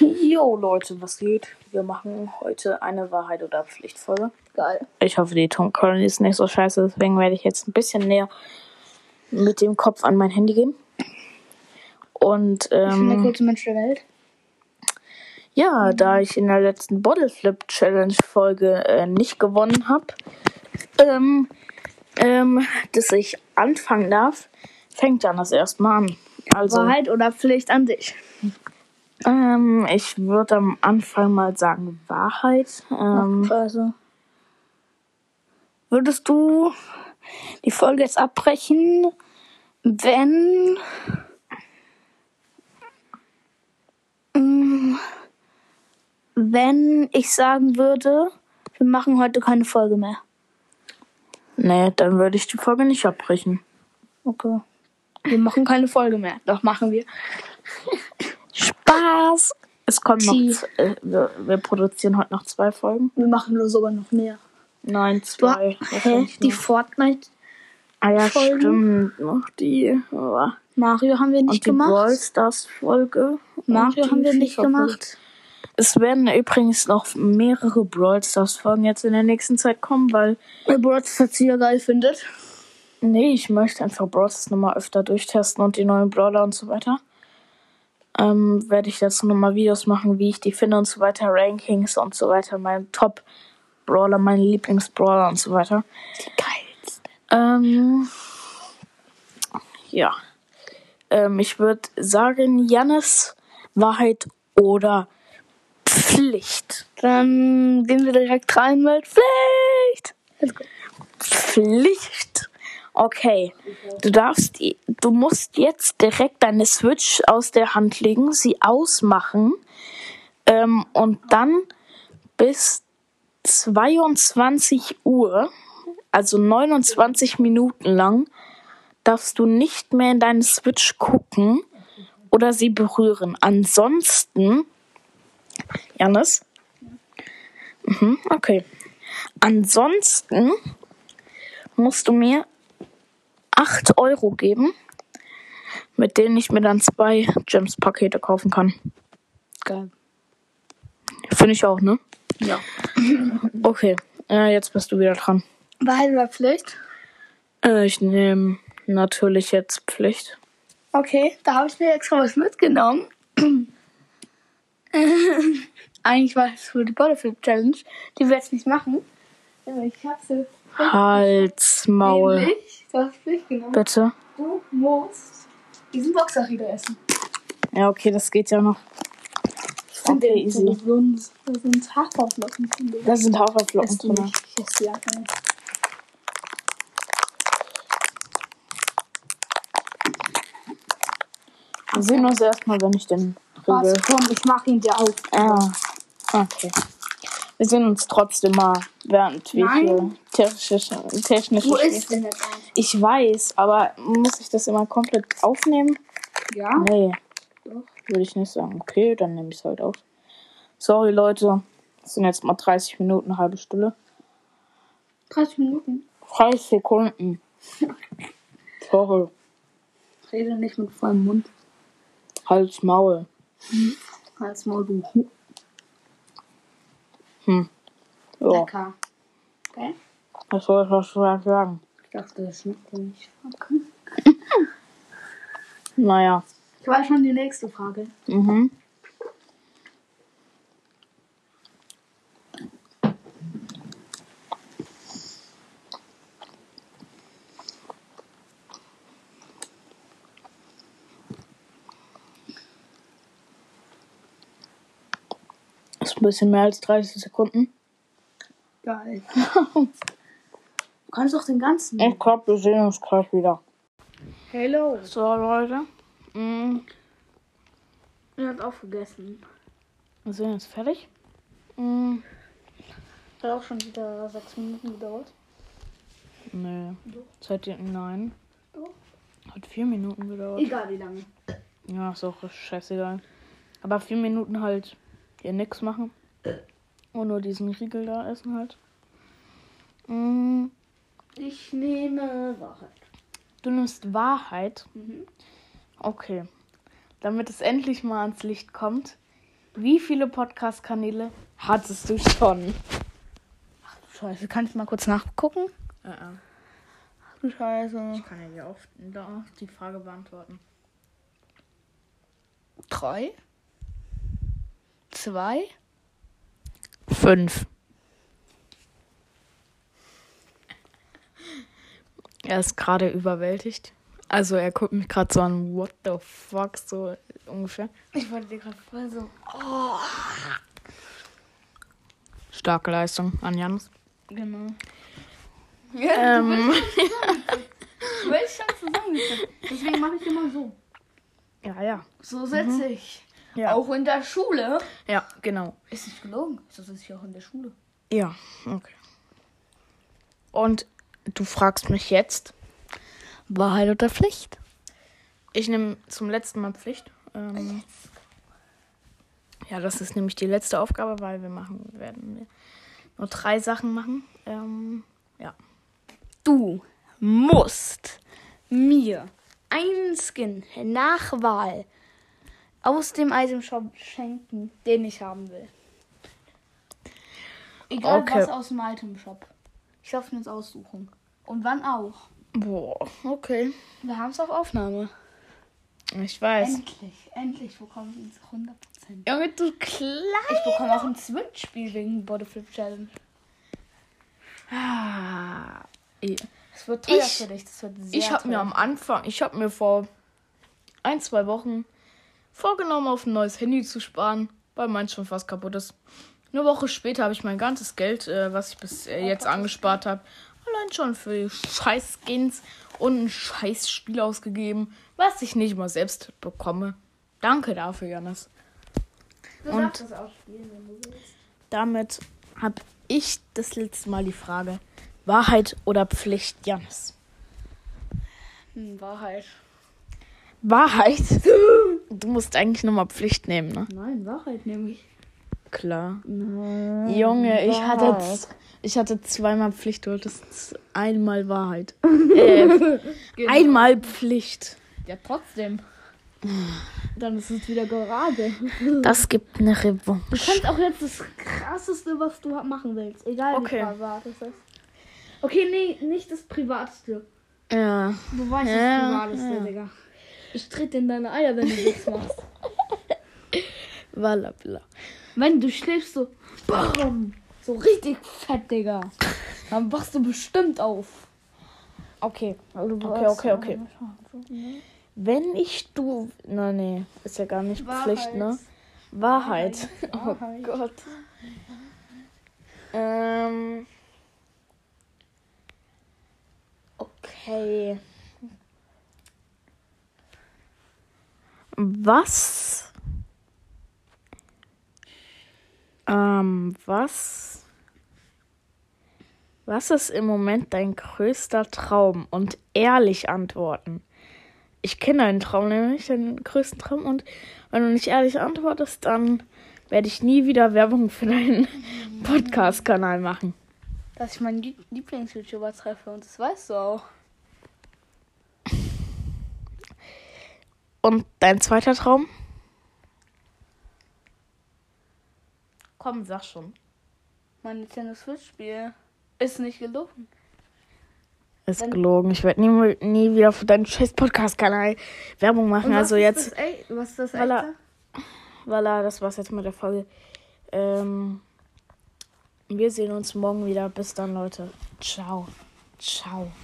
Jo Leute, was geht? Wir machen heute eine Wahrheit oder Pflichtfolge. Geil. Ich hoffe, die Tonkolonie ist nicht so scheiße, deswegen werde ich jetzt ein bisschen näher mit dem Kopf an mein Handy gehen. Und Ich bin der ähm, coolste Mensch der Welt. ja, da ich in der letzten Bottle Flip Challenge Folge äh, nicht gewonnen habe, ähm, ähm, dass ich anfangen darf, fängt dann das erstmal an. Also, Wahrheit oder Pflicht an sich. ähm, ich würde am Anfang mal sagen Wahrheit. Ähm, Also. Würdest du die Folge jetzt abbrechen, wenn. Mm, Wenn ich sagen würde, wir machen heute keine Folge mehr. nee, dann würde ich die Folge nicht abbrechen. Okay. Wir machen keine Folge mehr. Doch, machen wir. Spaß! Es kommen noch. Sie- z- Äh, wir, wir produzieren heute noch zwei Folgen. Wir machen nur sogar noch mehr. Nein, Du, zwei. hä? Die Fortnite ah ja, Folgen? stimmt. Noch die. Oh. Mario haben wir nicht Und die Brawl gemacht. Stars Folge. Mario Und die haben wir nicht FIFA-Folge. gemacht. Es werden übrigens noch mehrere Brawl Stars Folgen jetzt in der nächsten Zeit kommen, weil. Weil Brots das hier geil findet. Nee, ich möchte einfach Brawl Stars nochmal öfter durchtesten und die neuen Brawler und so weiter. Ähm, werde ich dazu nochmal Videos machen, wie ich die finde und so weiter, Rankings und so weiter, mein Top Brawler, meine Lieblingsbrawler und so weiter. Geilste. Ähm, ja. Ähm, ich würde sagen, Jannis, Wahrheit oder Pflicht. Dann gehen wir direkt rein mit Pflicht. Let's go. Pflicht. Okay. Du darfst, i- du musst jetzt direkt deine Switch aus der Hand legen, sie ausmachen ähm, und dann bis 22 Uhr, also 29 Minuten lang, darfst du nicht mehr in deine Switch gucken oder sie berühren. Ansonsten, Janis? Mhm, okay. Ansonsten musst du mir 8 Euro geben, mit denen ich mir dann zwei Gems-Pakete kaufen kann. Geil. Finde ich auch, ne? Ja. Okay, äh, jetzt bist du wieder dran. Wahrheit oder Pflicht? Äh, ich nehme natürlich jetzt Pflicht. Okay, da habe ich mir extra was mitgenommen. Eigentlich war es für die Bodyflip Challenge, die wir jetzt nicht machen. Aber ich habe sie Hals, Maul. nämlich, du hast Pflicht genommen. Bitte. Du musst diesen Boxerriegel essen. Ja, okay, das geht ja noch. Okay, Okay, easy. easy. Das sind Haferflocken. Da sind Haferflocken Ist die drin. nicht. Ich esse die einfach nicht. Wir sehen uns erstmal, wenn ich den Was? Riegel. Komm, ich mach ihn dir auf. Ah, okay. Wir sehen uns trotzdem mal, während wir Nein. hier technische, technische Wo Spiele- ist denn jetzt eins? Ich weiß, aber muss ich das immer komplett aufnehmen? Ja. Nee. Ah. Doch. Würde ich nicht sagen. Okay, dann nehme ich es halt auf. Sorry, Leute. Es sind jetzt mal 30 Minuten, eine halbe Stunde. 30 Minuten. 30 Sekunden. Sorry. Rede nicht mit vollem Mund. Hals, Maul. Als Maul du. Ja, Lecker. Okay. was soll ich was soll ich sagen? Ich dachte, das schmeckt dir nicht. Naja. Ich weiß schon die nächste Frage. Mhm. Ist ein bisschen mehr als 30 Sekunden. Geil. du kannst doch den ganzen. Ich glaube, wir sehen uns gleich wieder. Hello. So, Leute. Mm, Er hat auch vergessen. wir sind jetzt fertig. Mm, Hat auch schon wieder 6 Minuten gedauert. nee. Seid ihr. Nein. Doch. Hat vier Minuten gedauert. Egal wie lange. Ja, ist auch scheißegal. Aber vier Minuten halt hier nix machen. Und nur diesen Riegel da essen halt. Mm, Ich nehme Wahrheit. Du nimmst Wahrheit. Mhm. Okay. Damit es endlich mal ans Licht kommt, Wie viele Podcast-Kanäle? Hattest du schon? Scheiße, kann ich mal kurz nachgucken? Äh, Ach du Scheiße. kann ja hier oft die Frage beantworten. Drei? Zwei? Fünf. Er ist gerade überwältigt. Also er guckt mich gerade so an, what the fuck, so ungefähr. Ich wollte dir gerade voll so. Starke Leistung an Janus. Genau. Ja, Ähm, du willst schon zusammengesetzt. Deswegen mache ich immer so. ja, ja. So setze ich. Ja. Auch in der Schule. Ja, genau. Ist nicht gelogen. So sitze ich auch in der Schule. Ja, okay. Und du fragst mich jetzt. Wahrheit oder Pflicht? Ich nehme zum letzten Mal Pflicht. Ähm, ja, das ist nämlich die letzte Aufgabe, weil wir machen werden nur drei Sachen machen. Ähm, ja. Du musst mir einen Skin nach Wahl aus dem Itemshop schenken, den ich haben will. Egal Okay. was aus dem Itemshop. Ich darf mir jetzt aussuchen. Und wann auch. Boah, okay. Wir haben es auf Aufnahme. Ich weiß. Endlich, endlich bekommen wir unsere 100%. Junge, du klein. Ich bekomme auch ein Switch-Spiel wegen Bodyflip Challenge. Ah, eh. Es wird teuer Ich- für dich. Das wird sehr Ich habe mir teuer. am Anfang, ich habe mir vor ein, zwei Wochen vorgenommen, auf ein neues Handy zu sparen, weil meins schon fast kaputt ist. Eine Woche später habe ich mein ganzes Geld, äh, was ich bis äh, jetzt angespart habe, allein schon für scheiß Skins und ein scheiß Spiel ausgegeben, was ich nicht mal selbst bekomme. Danke dafür, Janis. Du und- darfst es auch spielen, wenn du willst. Damit habe ich das letzte Mal die Frage: Wahrheit oder Pflicht, Janis? Hm, Wahrheit. Wahrheit. Du musst eigentlich nochmal Pflicht nehmen, ne? Nein, Wahrheit nämlich. Klar. Junge, ich hatte, z- ich hatte zweimal Pflicht, du hattest z- einmal Wahrheit. Äh, Einmal Pflicht. Ja, trotzdem. Dann ist es wieder gerade. Das gibt eine Du Revanche. kannst auch jetzt das krasseste, was du machen willst. Egal, Okay. wie privat es ist. Okay, nee, nicht das Privatste. Ja. Du weißt Ja, das Privateste, Digga. Ich tritt in deine Eier, wenn du nichts machst. Wallabla. Wenn du schläfst, so BAM! So richtig fett, Digga. Dann wachst du bestimmt auf. Okay. Also, Okay, okay, okay. Wenn ich du. Na, nee. Ist ja gar nicht Pflicht, ne? Wahrheit. Wahrheit. Oh Gott. Ähm. Okay. Was? Ähm, was? Was ist im Moment dein größter Traum? Und ehrlich antworten. Ich kenne deinen Traum nämlich, deinen größten Traum. Und wenn du nicht ehrlich antwortest, dann werde ich nie wieder Werbung für deinen Podcast-Kanal machen. Dass ich meinen Lie- Lieblings-YouTuber treffe und das weißt du auch. Und dein zweiter Traum? Komm, sag schon. Mein Nintendo Switch-Spiel ist nicht gelungen. Ist gelogen. Ich werde nie, nie wieder für deinen scheiß Podcast-Kanal Werbung machen. Also jetzt, Das, ey, was ist das Weil er- echte? voilà, das war's jetzt mit der Folge. Ähm, wir sehen uns morgen wieder. Bis dann, Leute. Ciao. Ciao.